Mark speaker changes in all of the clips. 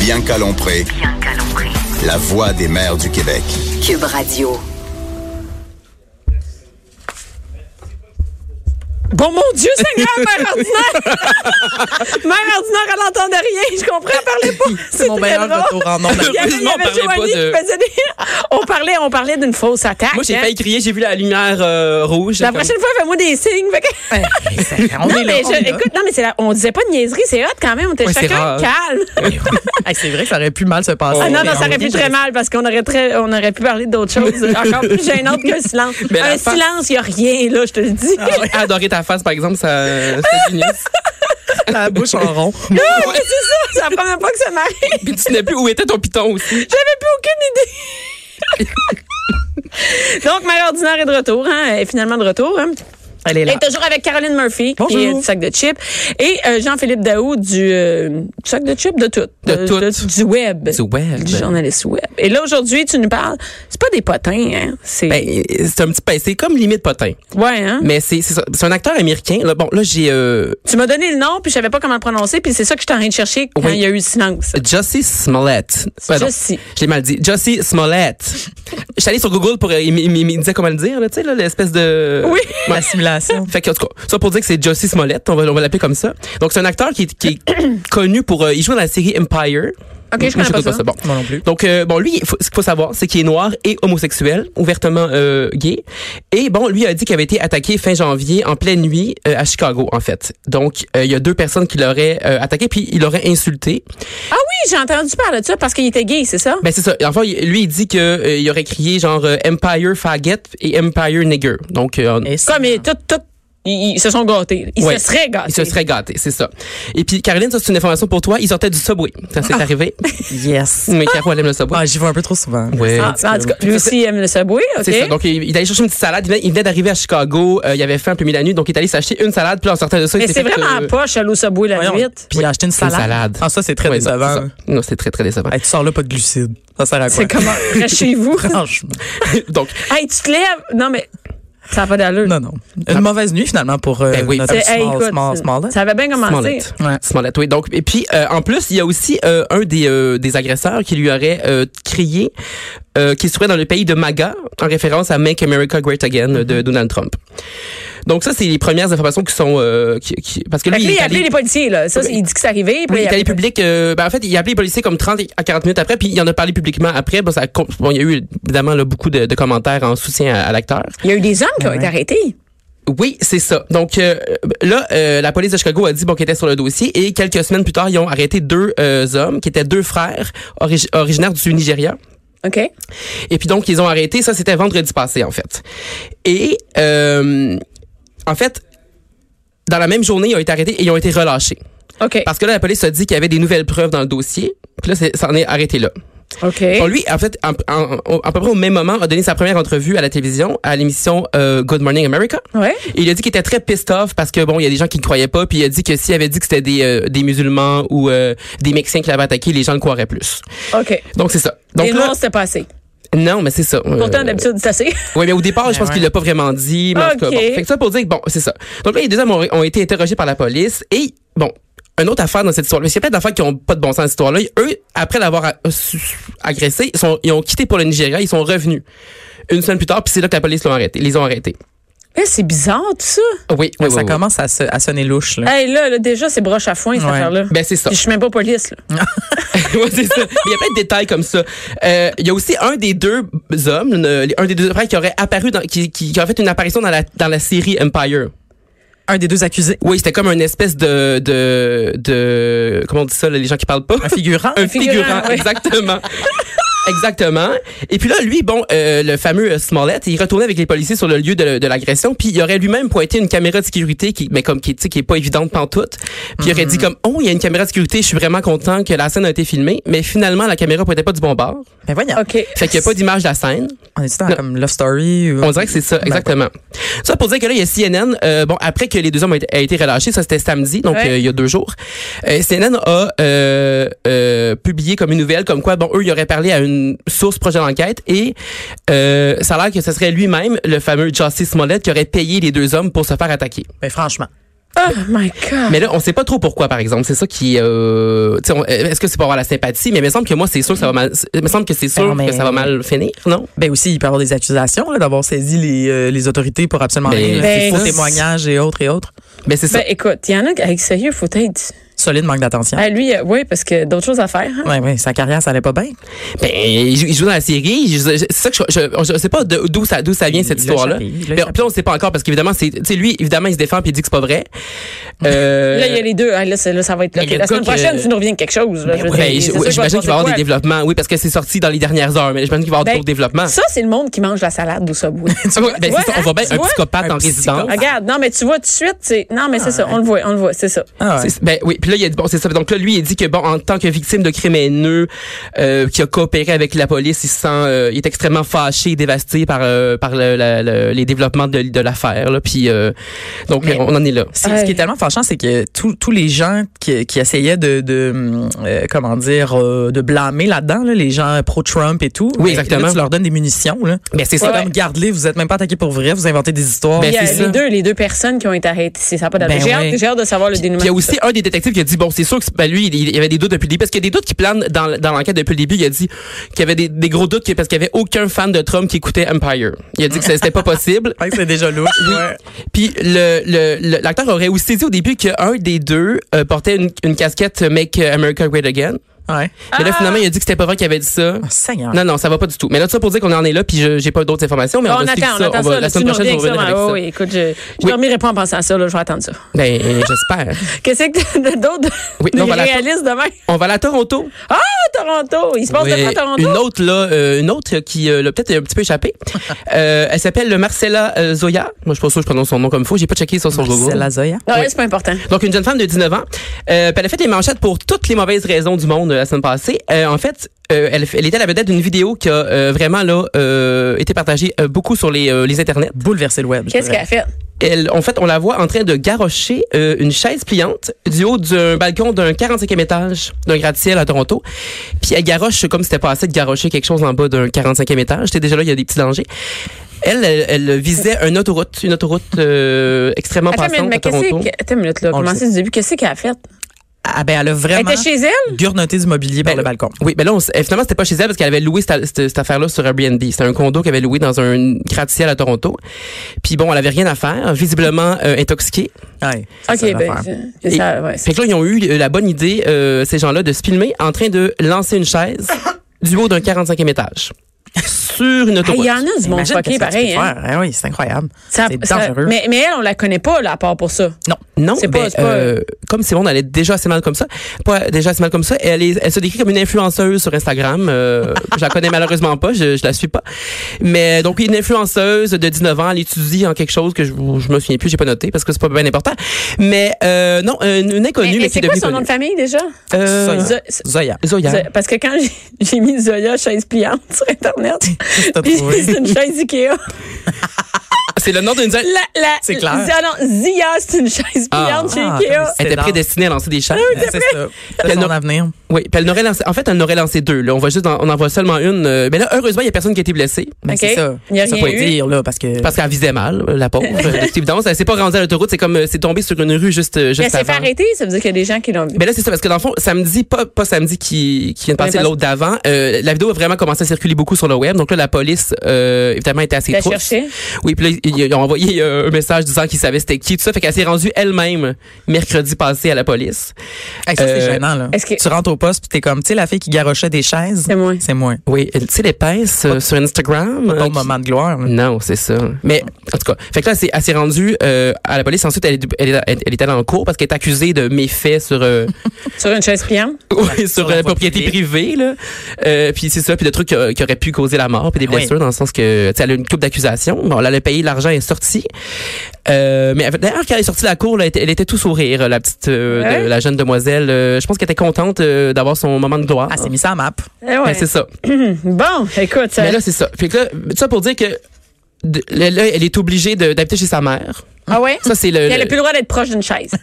Speaker 1: Bien calompré,
Speaker 2: Bien calompré.
Speaker 1: la voix des mères du Québec.
Speaker 2: Cube Radio.
Speaker 3: Bon, mon Dieu, Seigneur, mère ordinaire! mère ordinaire, elle n'entendait rien. Je comprends, elle parlait pas.
Speaker 4: C'est mon
Speaker 3: très
Speaker 4: meilleur
Speaker 3: drôle.
Speaker 4: retour en ondes.
Speaker 3: Il y avait, il y
Speaker 4: Heureusement, on
Speaker 3: avait
Speaker 4: parlait pas
Speaker 3: Joanie
Speaker 4: de-
Speaker 3: qui faisait des... On parlait, on parlait d'une fausse attaque.
Speaker 4: Moi, j'ai
Speaker 3: hein.
Speaker 4: failli crier, j'ai vu la lumière euh, rouge.
Speaker 3: La
Speaker 4: comme-
Speaker 3: prochaine fois, fais-moi des signes. Fait que-
Speaker 4: on
Speaker 3: non,
Speaker 4: est Ah là,
Speaker 3: mais
Speaker 4: on
Speaker 3: je-
Speaker 4: est là.
Speaker 3: écoute, non, mais c'est la- on disait pas de niaiserie, c'est hot quand même. On était
Speaker 4: Ouais, c'est
Speaker 3: chacun
Speaker 4: rare.
Speaker 3: calme.
Speaker 4: Hey, c'est vrai que ça aurait pu mal se passer.
Speaker 3: Ah non,
Speaker 4: Mais
Speaker 3: non, ça
Speaker 4: on
Speaker 3: aurait pu
Speaker 4: dit-
Speaker 3: très mal parce qu'on aurait, très, on aurait pu parler d'autres choses encore plus gênantes qu'un silence.
Speaker 4: Mais la Ah,
Speaker 3: un
Speaker 4: fa-
Speaker 3: silence, il n'y a rien, là, je te le dis.
Speaker 4: J'aurais adoré ta face, par exemple, ça. c'était génial. la bouche en rond.
Speaker 3: Ah, oui, c'est ça, c'est la première fois que ça m'arrive.
Speaker 4: Puis tu sais plus où était ton piton aussi.
Speaker 3: J'avais plus aucune idée. Donc, Mère ordinaire est de retour, hein, elle est finalement de retour. hein.
Speaker 4: Elle est
Speaker 3: Elle
Speaker 4: là.
Speaker 3: est toujours avec Caroline Murphy,
Speaker 4: Bonjour.
Speaker 3: qui est du sac de chips, et euh, Jean-Philippe Daou du, euh, du sac de chips de tout.
Speaker 4: De tout.
Speaker 3: du web.
Speaker 4: Du web.
Speaker 3: Du journaliste web. Et là, aujourd'hui, tu nous parles, c'est pas des potins, hein, c'est...
Speaker 4: Ben, c'est un petit peu. C'est comme limite potin.
Speaker 3: ouais, hein.
Speaker 4: Mais c'est c'est ça. C'est un acteur américain. Là, bon, là, j'ai euh,
Speaker 3: Tu m'as donné le nom, puis je savais pas comment le prononcer, puis c'est ça que je suis en train de chercher quand
Speaker 4: Oui.
Speaker 3: il y a eu le silence.
Speaker 4: Jussie Smollett. Pardon.
Speaker 3: Jussie.
Speaker 4: Je l'ai mal dit. Jussie Smollett. Je suis allée sur Google pour. euh, Il, me- il me- il me disait comment le dire, là, tu sais, là, l'espèce de.
Speaker 3: Oui.
Speaker 4: La simulation. Fait que, en tout cas, ça pour dire que c'est Jussie Smollett, on va, on va l'appeler comme ça. Donc, c'est un acteur qui, est- qui est connu pour. euh, il joue dans la série Empire.
Speaker 3: Ok, je
Speaker 4: Moi,
Speaker 3: connais pas
Speaker 4: j'écoute
Speaker 3: ça.
Speaker 4: Bon.
Speaker 5: Moi non plus.
Speaker 4: Donc, euh, bon, lui, il faut- ce qu'il faut savoir, c'est qu'il est noir et homosexuel, ouvertement euh, gay. Et bon, lui a dit qu'il avait été attaqué fin janvier, en pleine nuit, euh, à Chicago, en fait. Donc, euh, il y a deux personnes qui l'auraient euh, attaqué, puis il l'aurait insulté.
Speaker 3: Ah oui, j'ai entendu parler de ça parce qu'il était gay, c'est ça?
Speaker 4: Ben c'est ça. Enfin, il- lui il dit que euh, il aurait crié genre euh, Empire faggot et Empire nigger. Donc euh,
Speaker 5: Et c'est-
Speaker 3: Comme ils, tout, tout, ils, ils se sont gâtés. Ils
Speaker 4: Ouais.
Speaker 3: se seraient gâtés.
Speaker 4: il se serait gâté, c'est ça. Et puis Caroline, ça c'est une information pour toi. Ils sortaient du Subway. Ça c'est arrivé.
Speaker 5: Yes.
Speaker 4: Mais Caro elle aime le Subway.
Speaker 5: Ah, j'y vais un peu trop souvent.
Speaker 4: ouais.
Speaker 3: Ah, en tout cas, lui aussi aime le Subway, OK?
Speaker 4: C'est ça. Donc, il, il allait chercher une petite salade. Il venait, il venait d'arriver à Chicago. euh, il avait faim un peu mis la nuit. Donc, il est allé s'acheter une salade. Puis, là, en sortant de ça,
Speaker 3: Mais
Speaker 4: il s'est
Speaker 3: c'est
Speaker 4: fait,
Speaker 3: vraiment
Speaker 4: euh,
Speaker 3: poche, aller au Subway la
Speaker 5: Voyons.
Speaker 3: nuit.
Speaker 5: Puis acheter une salade.
Speaker 4: salade.
Speaker 5: Ah, ça, c'est très
Speaker 4: ouais, ça,
Speaker 5: décevant.
Speaker 4: c'est ça. Non, c'est très, très décevant.
Speaker 5: Hey, tu sors là pas de glucides. Ça sert à quoi?
Speaker 3: C'est comment? Reste chez vous.
Speaker 5: Franchement.
Speaker 4: donc,
Speaker 3: hey, tu te lèves. Non, mais ça n'a pas d'allure.
Speaker 5: Non, non. Une mauvaise nuit, finalement, pour euh,
Speaker 4: Ben oui.
Speaker 5: notre
Speaker 3: C'est- hey,
Speaker 5: small,
Speaker 3: écoute,
Speaker 5: small, small.
Speaker 3: ça avait bien commencé.
Speaker 4: Smollett.
Speaker 5: Ouais.
Speaker 4: Smollett, oui. Donc, et puis, euh, en plus, il y a aussi euh, un des, euh, des agresseurs qui lui aurait euh, crié euh, qu'il serait dans le pays de MAGA, en référence à Make America Great Again
Speaker 3: Mm-hmm.
Speaker 4: de Donald Trump. Donc, ça, c'est les premières informations qui sont... euh, qui, qui- parce que
Speaker 3: Fait
Speaker 4: lui,
Speaker 3: que lui,
Speaker 4: il
Speaker 3: il
Speaker 4: est
Speaker 3: a appelé
Speaker 4: allé...
Speaker 3: les policiers, là. Ça, c'est- il dit que c'est arrivé. puis
Speaker 4: Oui, il est
Speaker 3: a
Speaker 4: allé
Speaker 3: appelé-
Speaker 4: public. euh, ben, en fait, il a appelé les policiers comme 30 à 40 minutes après, puis il en a parlé publiquement après. Bon, ça, a con- bon, il y a eu évidemment là, beaucoup de, de commentaires en soutien à- à l'acteur.
Speaker 3: Il y a eu des hommes qui ont été arrêtés.
Speaker 4: Oui, c'est ça. Donc euh, là, euh, la police de Chicago a dit bon qu'ils étaient sur le dossier et quelques semaines plus tard, ils ont arrêté deux euh, hommes qui étaient deux frères origi- originaires du Nigeria.
Speaker 3: OK?
Speaker 4: Et puis donc ils ont arrêté. Ça, c'était vendredi passé en fait. Et euh, en fait, dans la même journée, ils ont été arrêtés et ils ont été relâchés
Speaker 3: OK.
Speaker 4: parce que là, la police a dit qu'il y avait des nouvelles preuves dans le dossier. Puis là, c'est- ça en est arrêté là.
Speaker 3: OK.
Speaker 4: Bon, lui, en fait, en- en- en- à peu près au même moment, a donné sa première entrevue à la télévision à l'émission euh, Good Morning America.
Speaker 3: Ouais.
Speaker 4: Et il a dit qu'il était très pissed off parce que bon, il y a des gens qui ne croyaient pas, puis il a dit que s'il avait dit que c'était des, euh, des musulmans ou euh, des Mexicains qui l'avaient attaqué, les gens le croiraient plus.
Speaker 3: OK.
Speaker 4: Donc c'est ça.
Speaker 3: Donc,
Speaker 4: Donc
Speaker 3: et
Speaker 4: là,
Speaker 3: non, c'était passé.
Speaker 4: non, mais c'est ça. Euh,
Speaker 3: Pourtant, d'habitude, c'est assez.
Speaker 4: ouais, mais au départ, je pense
Speaker 5: Ouais.
Speaker 4: qu'il l'a pas vraiment dit. Mais en tout cas,
Speaker 3: Ok.
Speaker 4: bon. Fait que ça pour dire que bon, c'est ça. Donc là, les deux hommes ont, ont été interrogés par la police et bon. Une autre affaire dans cette histoire-là, parce qu'il y a plein d'affaires qui ont pas de bon sens dans cette histoire-là. Eux, après l'avoir a- euh, su- agressé, ils, sont- ils ont quitté pour le Nigeria, ils sont revenus. Une semaine plus tard, puis c'est là que la police l'ont arrêté. Ils les ont arrêtés.
Speaker 3: Eh, c'est bizarre, tout ça.
Speaker 4: Oui, oui,
Speaker 5: ça
Speaker 4: oui, oui.
Speaker 5: commence à, se- à sonner louche, là.
Speaker 3: Hey, là, là, déjà, c'est broche à foin, cette
Speaker 5: Ouais.
Speaker 3: affaire-là.
Speaker 4: Ben, c'est ça.
Speaker 3: Puis je suis même pas police, là.
Speaker 4: ouais, c'est ça. Mais il y a plein de détails comme ça. Euh, Il y a aussi un des deux hommes, une- un des deux frères qui aurait apparu, dans, qui, qui, qui aurait fait une apparition dans la, dans la série Empire.
Speaker 5: Un des deux accusés.
Speaker 4: Oui, c'était comme une espèce de, de, de, comment on dit ça, là, les gens qui parlent pas?
Speaker 5: Un figurant.
Speaker 4: Un
Speaker 3: figurant,
Speaker 4: figurant,
Speaker 3: ouais.
Speaker 4: exactement. Exactement. Et puis là, lui, bon, euh, le fameux euh, Smollett, il retournait avec les policiers sur le lieu de, de l'agression, puis il aurait lui-même pointé une caméra de sécurité qui, mais comme qui, tu sais, qui est pas évidente pantoute. Puis il aurait dit comme, oh, il y a une caméra de sécurité, je suis vraiment content que la scène a été filmée, mais finalement la caméra pointait pas du bon bord.
Speaker 5: Ben voyons.
Speaker 3: OK.
Speaker 4: Fait qu'il n'y a pas d'image de la scène.
Speaker 5: On est dans
Speaker 4: Non.
Speaker 5: comme Love Story. ou-
Speaker 4: On dirait que c'est ça,
Speaker 5: Ben,
Speaker 4: exactement. Ça pour dire que là, il y a CNN. euh, bon, après que les deux hommes ont été, aient été relâchés, ça c'était samedi, donc
Speaker 3: Ouais.
Speaker 4: euh, il y a deux jours. euh, CNN a euh, euh, publié comme une nouvelle, comme quoi, bon, eux, ils auraient parlé à une source proche de l'enquête et euh, ça a l'air que ce serait lui-même, le fameux Justice Smollett, qui aurait payé les deux hommes pour se faire attaquer.
Speaker 5: Ben franchement.
Speaker 3: Oh my God.
Speaker 4: Mais là, on sait pas trop pourquoi, par exemple. C'est ça qui, euh, tu sais, on- est-ce que c'est pour avoir la sympathie Mais il me semble que moi, c'est sûr, que ça va mal. Il me semble que c'est sûr
Speaker 5: Ben Non, mais-
Speaker 4: que ça va mal finir, non
Speaker 5: Ben aussi, il peut y avoir des accusations là, d'avoir saisi les, euh, les autorités pour absolument
Speaker 4: Ben,
Speaker 5: rien. là.
Speaker 3: Ben,
Speaker 5: faux
Speaker 3: c'est-
Speaker 5: témoignages et autres et autres.
Speaker 4: Mais c'est ça.
Speaker 3: Ben, écoute, il y en a qui- avec sérieux, faut être.
Speaker 5: Solide manque d'attention.
Speaker 3: Ah, lui, euh, oui, parce que d'autres choses à faire. hein.
Speaker 5: Ouais, ouais, sa carrière, ça allait pas bien.
Speaker 4: Ben, il joue, il joue dans la série. Je- je- C'est ça que je, je, je sais pas de- d'où ça, d'où ça vient cette
Speaker 5: Il l'a
Speaker 4: histoire-là.
Speaker 5: échappé, il l'a
Speaker 4: Ben,
Speaker 5: échappé.
Speaker 4: Puis là, on sait pas encore parce qu'évidemment, c'est, tu sais, lui, évidemment, il se défend puis il dit que c'est pas vrai. Euh,
Speaker 3: Là, il y a les deux. Ah, là, c'est- là, ça va être.
Speaker 4: Mais
Speaker 3: OK,
Speaker 4: il y a
Speaker 3: La
Speaker 4: de quoi
Speaker 3: semaine prochaine,
Speaker 4: que-
Speaker 3: tu nous reviens avec quelque chose. là, je veux
Speaker 4: ben,
Speaker 3: dire,
Speaker 4: je-
Speaker 3: c'est sûr qu'il
Speaker 4: j'imagine qu'il va y
Speaker 3: se passer de
Speaker 4: avoir des
Speaker 3: quoi.
Speaker 4: développements. Oui, parce que c'est sorti dans les dernières heures, mais j'imagine qu'il va y avoir
Speaker 3: Ben,
Speaker 4: d'autres développements.
Speaker 3: Ça, c'est le monde qui mange la salade au Subway.
Speaker 4: Ah, ouais, ben,
Speaker 3: tu vois,
Speaker 4: c'est ça, on voit bien
Speaker 3: hein, tu
Speaker 4: un
Speaker 3: vois?
Speaker 4: psychopathe
Speaker 5: Un
Speaker 4: en résidence.
Speaker 5: psychopathe.
Speaker 3: Regarde, non, mais tu vois tout de suite, c'est. Non, mais c'est ça, on le voit, on le voit, c'est ça.
Speaker 5: Ah ouais.
Speaker 4: C'est- Ben oui, puis là il a dit bon c'est ça. Donc là lui il dit que bon en tant que victime de crimes haineux, euh, qui a coopéré avec la police, il se sent euh, il est extrêmement fâché, et dévasté par euh, par le- la- le- les développements de, de l'affaire là. Puis euh, donc
Speaker 5: Mais-
Speaker 4: on en est là.
Speaker 5: C'est-
Speaker 3: Ouais.
Speaker 5: Ce qui est tellement fâchant, c'est que tous tous les gens qui, qui essayaient de, de hum, euh, comment dire, euh, de blâmer là-dedans, là, les gens pro-Trump et tout.
Speaker 4: Oui,
Speaker 5: mais
Speaker 4: exactement.
Speaker 5: là, tu leur donnes des munitions. Là.
Speaker 4: Mais c'est
Speaker 5: C'est
Speaker 4: ça.
Speaker 5: comme, garde-les, vous êtes même pas attaqués pour vrai, vous inventez des histoires.
Speaker 4: Ben,
Speaker 3: Puis,
Speaker 4: c'est
Speaker 3: euh,
Speaker 4: ça.
Speaker 3: les deux, les deux personnes qui ont été arrêtées, c'est- ça n'a pas d'allure.
Speaker 5: Ben
Speaker 3: J'ai
Speaker 5: ouais.
Speaker 3: hâte- j'ai hâte de savoir le dénouement.
Speaker 4: Puis il y a aussi un des détectives qui a dit bon c'est sûr que ben, lui il- il y avait des doutes depuis le début parce qu'il y a des doutes qui planent dans, l- dans l'enquête depuis le début il a dit qu'il y avait des, des gros doutes que- parce qu'il y avait aucun fan de Trump qui écoutait Empire il a dit que c'était pas possible
Speaker 5: Ouais, c'est déjà louche. ouais.
Speaker 4: puis le, le- le- l'acteur aurait aussi dit au début qu'un des deux euh, portait une, une casquette Make America Great Again
Speaker 5: ouais.
Speaker 4: mais
Speaker 3: Ah!
Speaker 4: là finalement il a dit que c'était pas vrai qu'il avait dit ça
Speaker 5: Oh, Seigneur.
Speaker 4: non non ça va pas du tout mais là tout ça pour dire qu'on en est là puis je, j'ai pas d'autres informations mais
Speaker 3: Ah,
Speaker 4: on,
Speaker 3: on
Speaker 4: va
Speaker 3: attend,
Speaker 4: suivre
Speaker 3: on
Speaker 4: ça,
Speaker 3: attend
Speaker 4: On va-
Speaker 3: ça.
Speaker 4: la
Speaker 3: là, tu
Speaker 4: semaine
Speaker 3: nous
Speaker 4: prochaine
Speaker 3: reviens
Speaker 4: on va
Speaker 3: avec ça.
Speaker 4: revenir
Speaker 3: Ah
Speaker 4: avec ça
Speaker 3: oui, écoute, je, je
Speaker 4: Oui.
Speaker 3: dormirai pas en pensant à ça, là, je vais attendre ça.
Speaker 4: ben euh, j'espère
Speaker 3: Qu'est-ce que d'autres
Speaker 4: Oui, non, on va la-
Speaker 3: réalistes demain?
Speaker 4: on va aller à Toronto
Speaker 3: À Toronto, il se passe
Speaker 4: Oui,
Speaker 3: de quoi à Toronto?
Speaker 4: Une autre, là, euh, une autre qui euh, l'a peut-être un petit peu échappé. Euh, elle s'appelle Marcella euh, Zoya. Moi, je suis pas sûre que je prononce son nom comme il faut. J'ai pas checké sur son
Speaker 5: C'est
Speaker 4: Google.
Speaker 5: la Zoya.
Speaker 3: Non,
Speaker 4: oui.
Speaker 3: Ah, c'est pas important.
Speaker 4: Donc, une jeune femme de 19 ans. Euh, puis elle a fait les manchettes pour toutes les mauvaises raisons du monde euh, la semaine passée. Euh, en fait, euh, elle, elle était la vedette d'une vidéo qui a euh, vraiment là euh, été partagée euh, beaucoup sur les, euh, les internets.
Speaker 5: Bouleverser le web. je
Speaker 3: Qu'est-ce
Speaker 5: dirais.
Speaker 3: qu'elle a fait?
Speaker 4: Elle, en fait, on la voit en train de garrocher euh, une chaise pliante du haut d'un balcon d'un 45e étage d'un gratte-ciel à Toronto. Puis elle garoche comme si c'était pas assez de garocher quelque chose en bas d'un 45e étage. C'était déjà là, il y a des petits dangers. Elle, elle, elle visait une autoroute, une autoroute euh, extrêmement
Speaker 3: Attends, mais,
Speaker 4: passante
Speaker 3: mais
Speaker 4: à Toronto.
Speaker 3: qu'est-ce que. Attends une minute, là,
Speaker 5: On le
Speaker 3: commencer du début. Qu'est-ce qu'elle a fait?
Speaker 5: Ah, ben, elle a
Speaker 3: Elle
Speaker 5: vraiment
Speaker 3: était chez elle?
Speaker 5: gurnoté du mobilier par
Speaker 4: Ben,
Speaker 5: le balcon.
Speaker 4: Oui, mais là, on s- eh, finalement, c'était pas chez elle parce qu'elle avait loué cette, cette- cette affaire-là sur Airbnb. C'était un condo qu'elle avait loué dans un gratte-ciel à Toronto. Puis bon, elle avait rien à faire, visiblement euh, intoxiquée.
Speaker 5: Ouais, c'est ça,
Speaker 3: OK, ben.
Speaker 5: l'affaire.
Speaker 3: c'est-
Speaker 4: Et-
Speaker 3: ça, ouais, c'est-
Speaker 4: Fait que là, ils ont eu euh, la bonne idée, euh, ces gens-là, de se filmer en train de lancer une chaise du haut d'un 45e étage sur une
Speaker 3: Ah, Il
Speaker 4: autoroute.
Speaker 3: y en a du monde
Speaker 5: Imagine qu'est-ce que
Speaker 3: fucké
Speaker 5: tu peux
Speaker 3: pareil. hein.
Speaker 5: faire. Ah oui, c'est incroyable.
Speaker 3: Ça-
Speaker 5: C'est
Speaker 3: ça-
Speaker 5: dangereux.
Speaker 3: mais, mais elle, on la connaît pas, là, à part pour ça.
Speaker 5: Non.
Speaker 4: Non,
Speaker 3: C'est pas-
Speaker 4: ben,
Speaker 3: c'est pas-
Speaker 4: euh, comme Simon, elle est déjà assez mal comme ça. Pas déjà assez mal comme ça. Elle, est- elle se décrit comme une influenceuse sur Instagram. Euh, je la connais malheureusement pas, je, je la suis pas. Mais donc une influenceuse de 19 ans, elle étudie en quelque chose que je, je me souviens plus, j'ai pas noté parce que c'est pas bien important. Mais euh, non, une, une inconnue
Speaker 3: Mais,
Speaker 4: mais,
Speaker 3: mais
Speaker 4: qui
Speaker 3: c'est
Speaker 4: est
Speaker 3: quoi
Speaker 4: devenue
Speaker 3: son nom de
Speaker 4: connue.
Speaker 3: famille, déjà?
Speaker 4: Euh,
Speaker 5: Zoya.
Speaker 3: Zo-
Speaker 5: Zoya.
Speaker 4: Zoya.
Speaker 3: Zo- Parce que quand j'ai- j'ai mis Zoya chaise pliante sur Internet,
Speaker 5: t'as
Speaker 3: puis
Speaker 5: trouvé?
Speaker 3: c'est une chaise Ikea.
Speaker 4: Ah, C'est le nom d'une
Speaker 3: La, la,
Speaker 5: C'est clair.
Speaker 3: Zia- non, Zia, c'est une chaise pliante
Speaker 4: Ah.
Speaker 3: chez
Speaker 5: Ah,
Speaker 3: Ikea.
Speaker 5: attends,
Speaker 4: Elle était
Speaker 5: C'est
Speaker 4: prédestinée à lancer des chaises.
Speaker 5: C'est ça. C'est
Speaker 4: Elle
Speaker 5: son
Speaker 4: n'a-
Speaker 5: avenir.
Speaker 4: Oui, puis elle n'aurait lancé. En fait, elle n'aurait lancé deux. Là, on va juste, en- on en voit seulement une. euh, Mais là, heureusement, il y a personne qui a été blessée
Speaker 5: Ben,
Speaker 3: OK.
Speaker 5: c'est ça.
Speaker 3: Il y a
Speaker 5: ça
Speaker 3: rien
Speaker 5: faut
Speaker 3: eu.
Speaker 5: dire, là, parce que.
Speaker 4: parce qu'elle visait mal, euh, la pauvre. de toute évidence, elle s'est pas rendue à l'autoroute. C'est comme, euh, c'est tombé sur une rue juste, euh,
Speaker 3: Mais elle
Speaker 4: juste
Speaker 3: s'est fait
Speaker 4: avant.
Speaker 3: arrêter, ça veut dire qu'il y a des gens qui l'ont vu.
Speaker 5: Ben,
Speaker 4: Mais là, c'est ça, parce que dans le fond, samedi, pas, pas samedi qui, qui vient de
Speaker 3: Ouais,
Speaker 4: passer,
Speaker 3: parce-
Speaker 4: l'autre d'avant, euh, la vidéo a vraiment commencé à circuler beaucoup sur le web. Donc là, la police, euh, évidemment, était assez
Speaker 3: La
Speaker 4: trouble.
Speaker 3: cherchait.
Speaker 4: Oui, puis là, ils ils ont envoyé euh, un message disant qu'ils savaient c'était qui, tout ça. Fait qu'elle s'est rendue elle-même mercredi passé à la police.
Speaker 5: Hey, ça, c'est
Speaker 4: Euh,
Speaker 5: gênant, là.
Speaker 3: est-ce que-
Speaker 5: Tu rentres au poste puis t'es comme, tu sais, la fille qui garochait des chaises.
Speaker 3: C'est moi.
Speaker 5: C'est moi.
Speaker 4: Oui, euh, tu sais, l'épaisse euh, sur Instagram. euh,
Speaker 5: Ton
Speaker 4: qui-
Speaker 5: moment de gloire. là.
Speaker 4: Non, c'est ça. Mais en tout cas, fait que là, elle s'est- elle s'est rendue euh, à la police. Ensuite, elle, est- elle, est- elle, elle est allée en cours parce qu'elle est accusée de méfaits sur euh,
Speaker 3: Sur une chaise pliante?
Speaker 4: oui, sur
Speaker 5: la
Speaker 4: la
Speaker 5: voie
Speaker 4: propriété privée. là. Euh, puis c'est ça, puis de trucs qui, a- qui auraient pu causer la mort, puis des
Speaker 5: Oui.
Speaker 4: blessures, dans le sens que, tu sais, elle a une coupe d'accusations. Bon, là, elle a payé, l'argent est sorti. Euh, mais elle- d'ailleurs, quand elle est sortie de la cour, là, elle, était, elle était tout sourire, la petite, euh, de-
Speaker 3: Ouais.
Speaker 4: la jeune demoiselle. Euh, je pense qu'elle était contente euh, d'avoir son moment de gloire.
Speaker 5: Ah, c'est mis ça à map.
Speaker 3: Eh
Speaker 4: Ben,
Speaker 3: ouais.
Speaker 4: c'est ça.
Speaker 3: Bon, écoute, ça-
Speaker 4: Mais là, c'est ça. Fait que là, ça pour dire que de- là, là, elle est obligée de- d'habiter chez sa mère.
Speaker 3: ah ouais?
Speaker 4: Ça, c'est le.
Speaker 3: elle n'a plus le droit d'être proche d'une chaise. Elle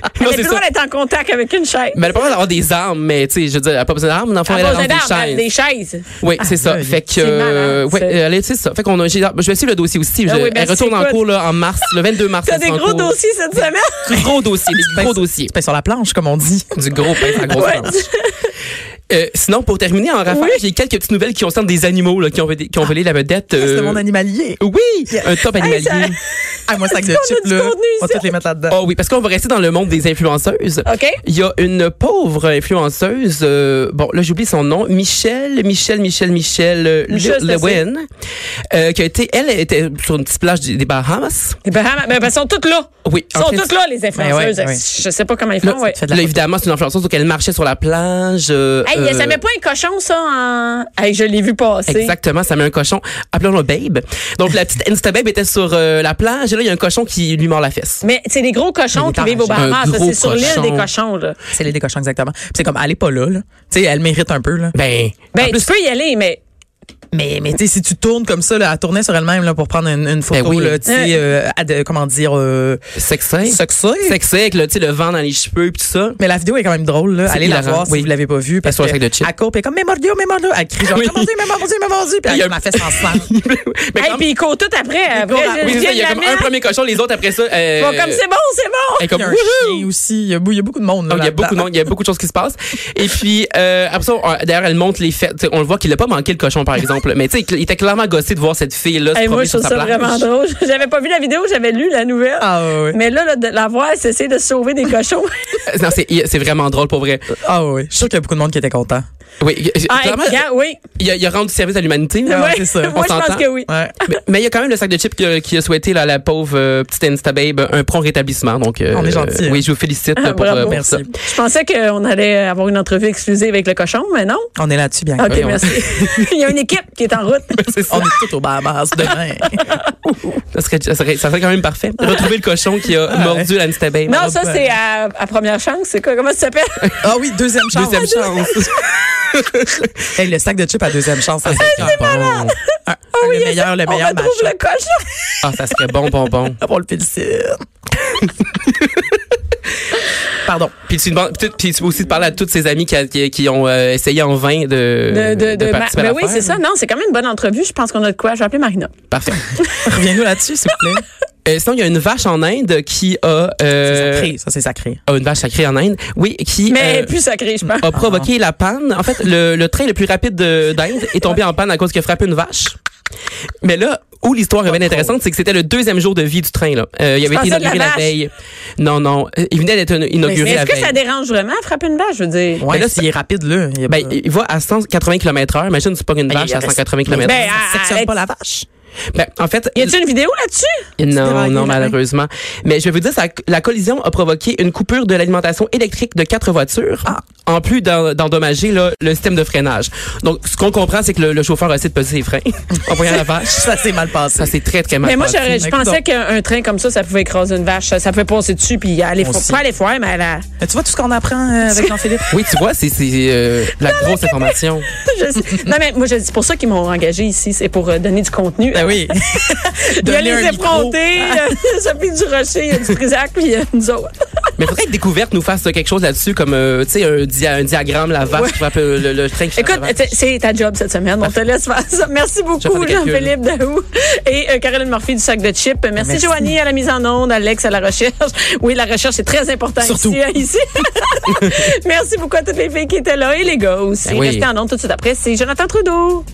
Speaker 3: n'a
Speaker 4: Non, c'est
Speaker 3: plus le
Speaker 4: ça.
Speaker 3: droit d'être en contact avec une chaise.
Speaker 4: Mais elle a pas besoin d'avoir des armes, mais tu sais, je veux dire, elle a pas besoin d'armes, mais enfin,
Speaker 3: Elle
Speaker 4: elle
Speaker 3: a besoin
Speaker 4: a des
Speaker 3: d'armes, elle a
Speaker 4: chaises.
Speaker 3: des chaises.
Speaker 4: Oui, c'est ça.
Speaker 5: aïe.
Speaker 4: Fait que,
Speaker 3: C'est
Speaker 4: euh,
Speaker 3: malade,
Speaker 4: ouais,
Speaker 3: ça.
Speaker 4: euh, elle est- c'est ça. Fait qu'on a, j'ai- je vais suivre le dossier aussi.
Speaker 3: Ah
Speaker 4: Je-
Speaker 3: oui, merci,
Speaker 4: elle retourne en
Speaker 3: écoute.
Speaker 4: cours, là, en mars, le 22 mars.
Speaker 3: T'as
Speaker 4: elle
Speaker 3: des
Speaker 4: sera en
Speaker 3: gros
Speaker 4: cours.
Speaker 3: dossiers cette semaine?
Speaker 4: Du gros dossier, des gros dossiers.
Speaker 5: Tu pèses sur la planche, comme on dit.
Speaker 4: Du gros pain, la grosse planche. Euh, sinon, pour terminer, en rafale, j'ai quelques petites nouvelles qui concernent des animaux là, qui, ont, qui
Speaker 3: Ah.
Speaker 4: ont volé la vedette.
Speaker 5: C'est
Speaker 4: euh,
Speaker 5: mon animalier.
Speaker 4: Oui, un top animalier.
Speaker 3: ça-
Speaker 5: Ah, moi, sac de
Speaker 3: Est-ce qu'on a
Speaker 5: chips,
Speaker 3: du
Speaker 5: là.
Speaker 3: contenu
Speaker 5: On va
Speaker 3: ici?
Speaker 5: toutes les mettre là-dedans.
Speaker 4: Oh oui, parce qu'on va rester dans le monde des influenceuses.
Speaker 3: OK.
Speaker 4: Il y a une pauvre influenceuse, euh, bon là j'oublie son nom, Michelle, Michelle, Michelle, Michelle euh,
Speaker 3: Je
Speaker 4: Le-
Speaker 3: sais
Speaker 4: Lewin, euh, qui a été, elle était sur une petite plage des des Bahamas.
Speaker 3: Les Bahamas, ben, ben, sont toutes là.
Speaker 4: Oui,
Speaker 3: Ils
Speaker 4: en
Speaker 3: sont
Speaker 4: fait,
Speaker 3: toutes là, les influenceuses.
Speaker 5: Ben ouais, ouais.
Speaker 3: Je sais pas comment ils font. ouais.
Speaker 5: fait de la
Speaker 4: Là
Speaker 5: photo.
Speaker 4: évidemment c'est une influenceuse, donc elle marchait sur la plage. euh,
Speaker 3: Hey,
Speaker 4: euh,
Speaker 3: ça met pas un cochon, ça, en. Hey, je l'ai vu passer.
Speaker 4: Exactement, ça met un cochon. Appelons-le Babe. Donc la petite Insta Babe était sur euh, la plage et là il y a un cochon qui lui mord la fesse.
Speaker 3: Mais c'est des gros cochons
Speaker 5: Il est
Speaker 3: qui vivent
Speaker 5: en
Speaker 3: au Bahamas.
Speaker 4: Un
Speaker 3: ça,
Speaker 4: gros
Speaker 3: C'est sur l'île
Speaker 4: cochon.
Speaker 3: des cochons. Là.
Speaker 5: C'est les décochons, exactement. Puis c'est comme, elle est pas là, là. Tu sais, elle mérite un peu, là.
Speaker 4: Ben,
Speaker 3: Ben,
Speaker 4: en plus,
Speaker 3: tu peux y aller, mais
Speaker 5: Mais, mais tu sais, si tu tournes comme ça, là, elle tournait sur elle-même, là, pour prendre une, une photo,
Speaker 4: Ben oui.
Speaker 5: là, tu sais, euh, à de- comment dire, euh,
Speaker 4: sexy.
Speaker 5: sexy.
Speaker 4: Sexy avec le, tu sais, le vent dans les cheveux puis tout ça.
Speaker 5: Mais la vidéo est quand même drôle, là.
Speaker 4: C'est
Speaker 5: Allez la
Speaker 4: hilarant,
Speaker 5: voir si
Speaker 4: oui.
Speaker 5: vous l'avez pas vue. Parce
Speaker 4: sur
Speaker 5: que
Speaker 4: un sac de chips.
Speaker 5: à coupe, elle est comme, mais mordio, mais mordio. Elle crie genre,
Speaker 4: Oui.
Speaker 5: mais mordio, mais mordio, mais mordio. Puis
Speaker 4: Il y a
Speaker 5: elle m'a
Speaker 4: un-
Speaker 5: fait sans sang.
Speaker 4: Mais
Speaker 3: Hey,
Speaker 4: quand-
Speaker 3: puis ils courent tout après. après
Speaker 5: courent-
Speaker 3: je-
Speaker 4: Oui,
Speaker 3: je
Speaker 4: c'est
Speaker 3: viens
Speaker 4: ça, il y
Speaker 3: de
Speaker 4: a
Speaker 3: la
Speaker 4: comme un
Speaker 3: mettre.
Speaker 4: premier cochon, les autres après ça. euh,
Speaker 3: Ils vont comme c'est bon, c'est bon.
Speaker 4: elle est
Speaker 5: Il
Speaker 4: comme,
Speaker 5: y a un
Speaker 4: Wouhou!
Speaker 5: chien aussi. Il y a, beau- il y a beaucoup de monde, là.
Speaker 4: Donc, il y a beaucoup de monde, il y a beaucoup de choses qui se passent. Et puis euh, après ça, on- d'ailleurs, elle monte les fêtes. T'sais, on le voit qu'il a pas manqué le cochon par exemple, mais tu sais, il était clairement gossé de voir cette fille là se
Speaker 3: Hey, moi,
Speaker 4: promener
Speaker 3: je
Speaker 4: sur
Speaker 3: trouve
Speaker 4: sa
Speaker 3: ça
Speaker 4: plage.
Speaker 3: vraiment drôle. J'avais pas vu la vidéo, j'avais lu la nouvelle.
Speaker 5: Ah, ouais, ouais.
Speaker 3: Mais là, là, de la voir essayer de sauver des cochons.
Speaker 4: non, c'est c'est vraiment drôle pour vrai.
Speaker 5: Ah, ouais. Je suis sûr qu'il y a beaucoup de monde qui était content.
Speaker 4: Oui,
Speaker 3: Ah, hey,
Speaker 4: clairement,
Speaker 3: regarde, oui.
Speaker 4: il a, il a rendu service à l'humanité.
Speaker 5: Ah,
Speaker 4: là.
Speaker 5: ouais,
Speaker 3: Ouais,
Speaker 5: c'est ça.
Speaker 3: Moi,
Speaker 4: On
Speaker 3: je pense
Speaker 4: s'entend.
Speaker 3: que oui.
Speaker 5: Ouais.
Speaker 4: Mais- Mais il y a quand même le sac de chips qui a, qui a souhaité là, à la pauvre euh, petite Instababe un prompt rétablissement. Donc, euh,
Speaker 5: On est gentil, hein.
Speaker 4: Oui, je vous félicite là, pour,
Speaker 3: Ah, bravo.
Speaker 4: euh, pour
Speaker 5: Merci.
Speaker 4: ça.
Speaker 3: Je pensais qu'on allait avoir une entrevue exclusive avec le cochon, mais non.
Speaker 5: On est là-dessus, bien.
Speaker 3: OK,
Speaker 4: Oui, on-
Speaker 3: merci. Il y a une équipe qui est en route.
Speaker 4: C'est ça.
Speaker 5: On est tous au Bahamas demain.
Speaker 4: Ça serait, ça, serait, ça serait quand même parfait. Retrouver le cochon qui a mordu la Instababe.
Speaker 3: Non, ça, c'est à, à première chance. C'est quoi? Comment ça s'appelle?
Speaker 5: Ah oui, deuxième chance.
Speaker 4: Deuxième chance.
Speaker 5: Hey, le sac de chips à deuxième chance, ça c'est
Speaker 4: Ah, bon.
Speaker 5: un- le meilleur, le
Speaker 3: On
Speaker 5: meilleur
Speaker 3: retrouve
Speaker 5: match.
Speaker 3: le cochon.
Speaker 4: Ah, ça serait bon, bon, bon.
Speaker 5: On le félicite. Pardon.
Speaker 4: Puis tu, demandes- puis tu- puis tu peux aussi te parler à toutes ces amies qui, a- qui- qui ont euh, essayé en vain de,
Speaker 3: De, de, de,
Speaker 4: participer à
Speaker 3: ben oui,
Speaker 4: l'affaire.
Speaker 3: c'est
Speaker 4: Euh,
Speaker 3: ça. Non, c'est quand même une bonne entrevue. Je pense qu'on a de quoi. Je vais appeler Marina.
Speaker 4: Parfait.
Speaker 5: Reviens-nous là-dessus, s'il vous plaît.
Speaker 4: Euh, sinon, il y a une vache en Inde qui a...
Speaker 5: C'est
Speaker 4: euh,
Speaker 5: sacré, ça, c'est sacré.
Speaker 4: ah, une vache sacrée en Inde, oui, qui
Speaker 3: Mais
Speaker 4: euh,
Speaker 3: plus sacré, je pense.
Speaker 4: a provoqué la panne. En fait, le, le train le plus rapide de- d'Inde est tombé en panne à cause qu'il a frappé une vache. Mais là, où l'histoire est bien intéressante, c'est que c'était le deuxième jour de vie du train. Là. Euh, il avait
Speaker 3: pensais de
Speaker 4: été
Speaker 3: la
Speaker 4: inauguré la,
Speaker 3: vache.
Speaker 4: veille. Non, non, euh, il venait d'être inauguré
Speaker 3: Mais
Speaker 4: la
Speaker 3: est-ce que
Speaker 4: veille.
Speaker 3: ça dérange vraiment frapper une vache? Je veux dire.
Speaker 5: Ouais,
Speaker 4: là,
Speaker 5: là, s'il est rapide, là. Il y a
Speaker 4: Ben,
Speaker 5: pas-
Speaker 4: il va à 180 km/h. Imagine, tu pognes une
Speaker 5: Ben,
Speaker 4: vache
Speaker 5: il y a
Speaker 4: à 180
Speaker 5: reste-
Speaker 4: km/h.
Speaker 3: Ben,
Speaker 5: Ça
Speaker 3: ah,
Speaker 5: sectionne
Speaker 3: Alex-
Speaker 5: pas la vache.
Speaker 4: Ben, en fait,
Speaker 3: Y a-t-il une vidéo là-dessus?
Speaker 4: non,
Speaker 5: déraillé,
Speaker 4: non,
Speaker 5: là, hein?
Speaker 4: malheureusement. Mais je vais vous dire, ça- la collision a provoqué une coupure de l'alimentation électrique de quatre voitures,
Speaker 3: Ah.
Speaker 4: en plus d'en- d'endommager là, le système de freinage. Donc, ce qu'on comprend, c'est que le, le chauffeur a essayé de peser ses freins en voyant la vache.
Speaker 5: Ça s'est mal passé.
Speaker 4: Ça, c'est très, très mal
Speaker 3: Mais moi,
Speaker 4: passé.
Speaker 3: j'aurais- je
Speaker 5: Écoute
Speaker 3: pensais
Speaker 5: donc.
Speaker 3: qu'un un train comme ça, ça pouvait écraser une vache. Ça, ça pouvait passer dessus puis aller
Speaker 5: On
Speaker 3: fou-
Speaker 5: sait.
Speaker 3: pas aller foire, mais elle a.
Speaker 5: Mais tu vois tout ce qu'on apprend euh, avec Jean-Philippe?
Speaker 4: Oui, tu vois, c'est c'est, euh, la grosse information.
Speaker 3: Je sais- non, mais moi, je- c'est pour ça qu'ils m'ont engagé ici. C'est pour euh, donner du contenu.
Speaker 5: Ben oui.
Speaker 3: il y a
Speaker 5: Donner un
Speaker 3: les effrontés, il y a Sophie Durocher, il y a du Trisac, puis il y a nous autres.
Speaker 4: Mais faudrait que Découverte nous fasse euh, quelque chose là-dessus, comme, euh, tu sais, un, dia- un diagramme, la vache, qui frappe, euh, le, le train qui frappe
Speaker 3: Écoute,
Speaker 4: la vache.
Speaker 3: c'est- c'est ta job cette semaine. On te laisse faire ça. Merci
Speaker 4: J'en
Speaker 3: beaucoup,
Speaker 4: fais des calculs.
Speaker 3: Jean-Philippe Daou et euh, Caroline Murphy du sac de chips. Merci,
Speaker 5: Merci.
Speaker 3: Joanie à la mise en onde, Alex à la recherche. Oui, la recherche est très importante
Speaker 5: Surtout.
Speaker 3: ici. hein, ici. Merci beaucoup à toutes les filles qui étaient là et les gars aussi.
Speaker 4: Ben oui.
Speaker 3: Restez en onde tout de suite après. C'est Jonathan Trudeau.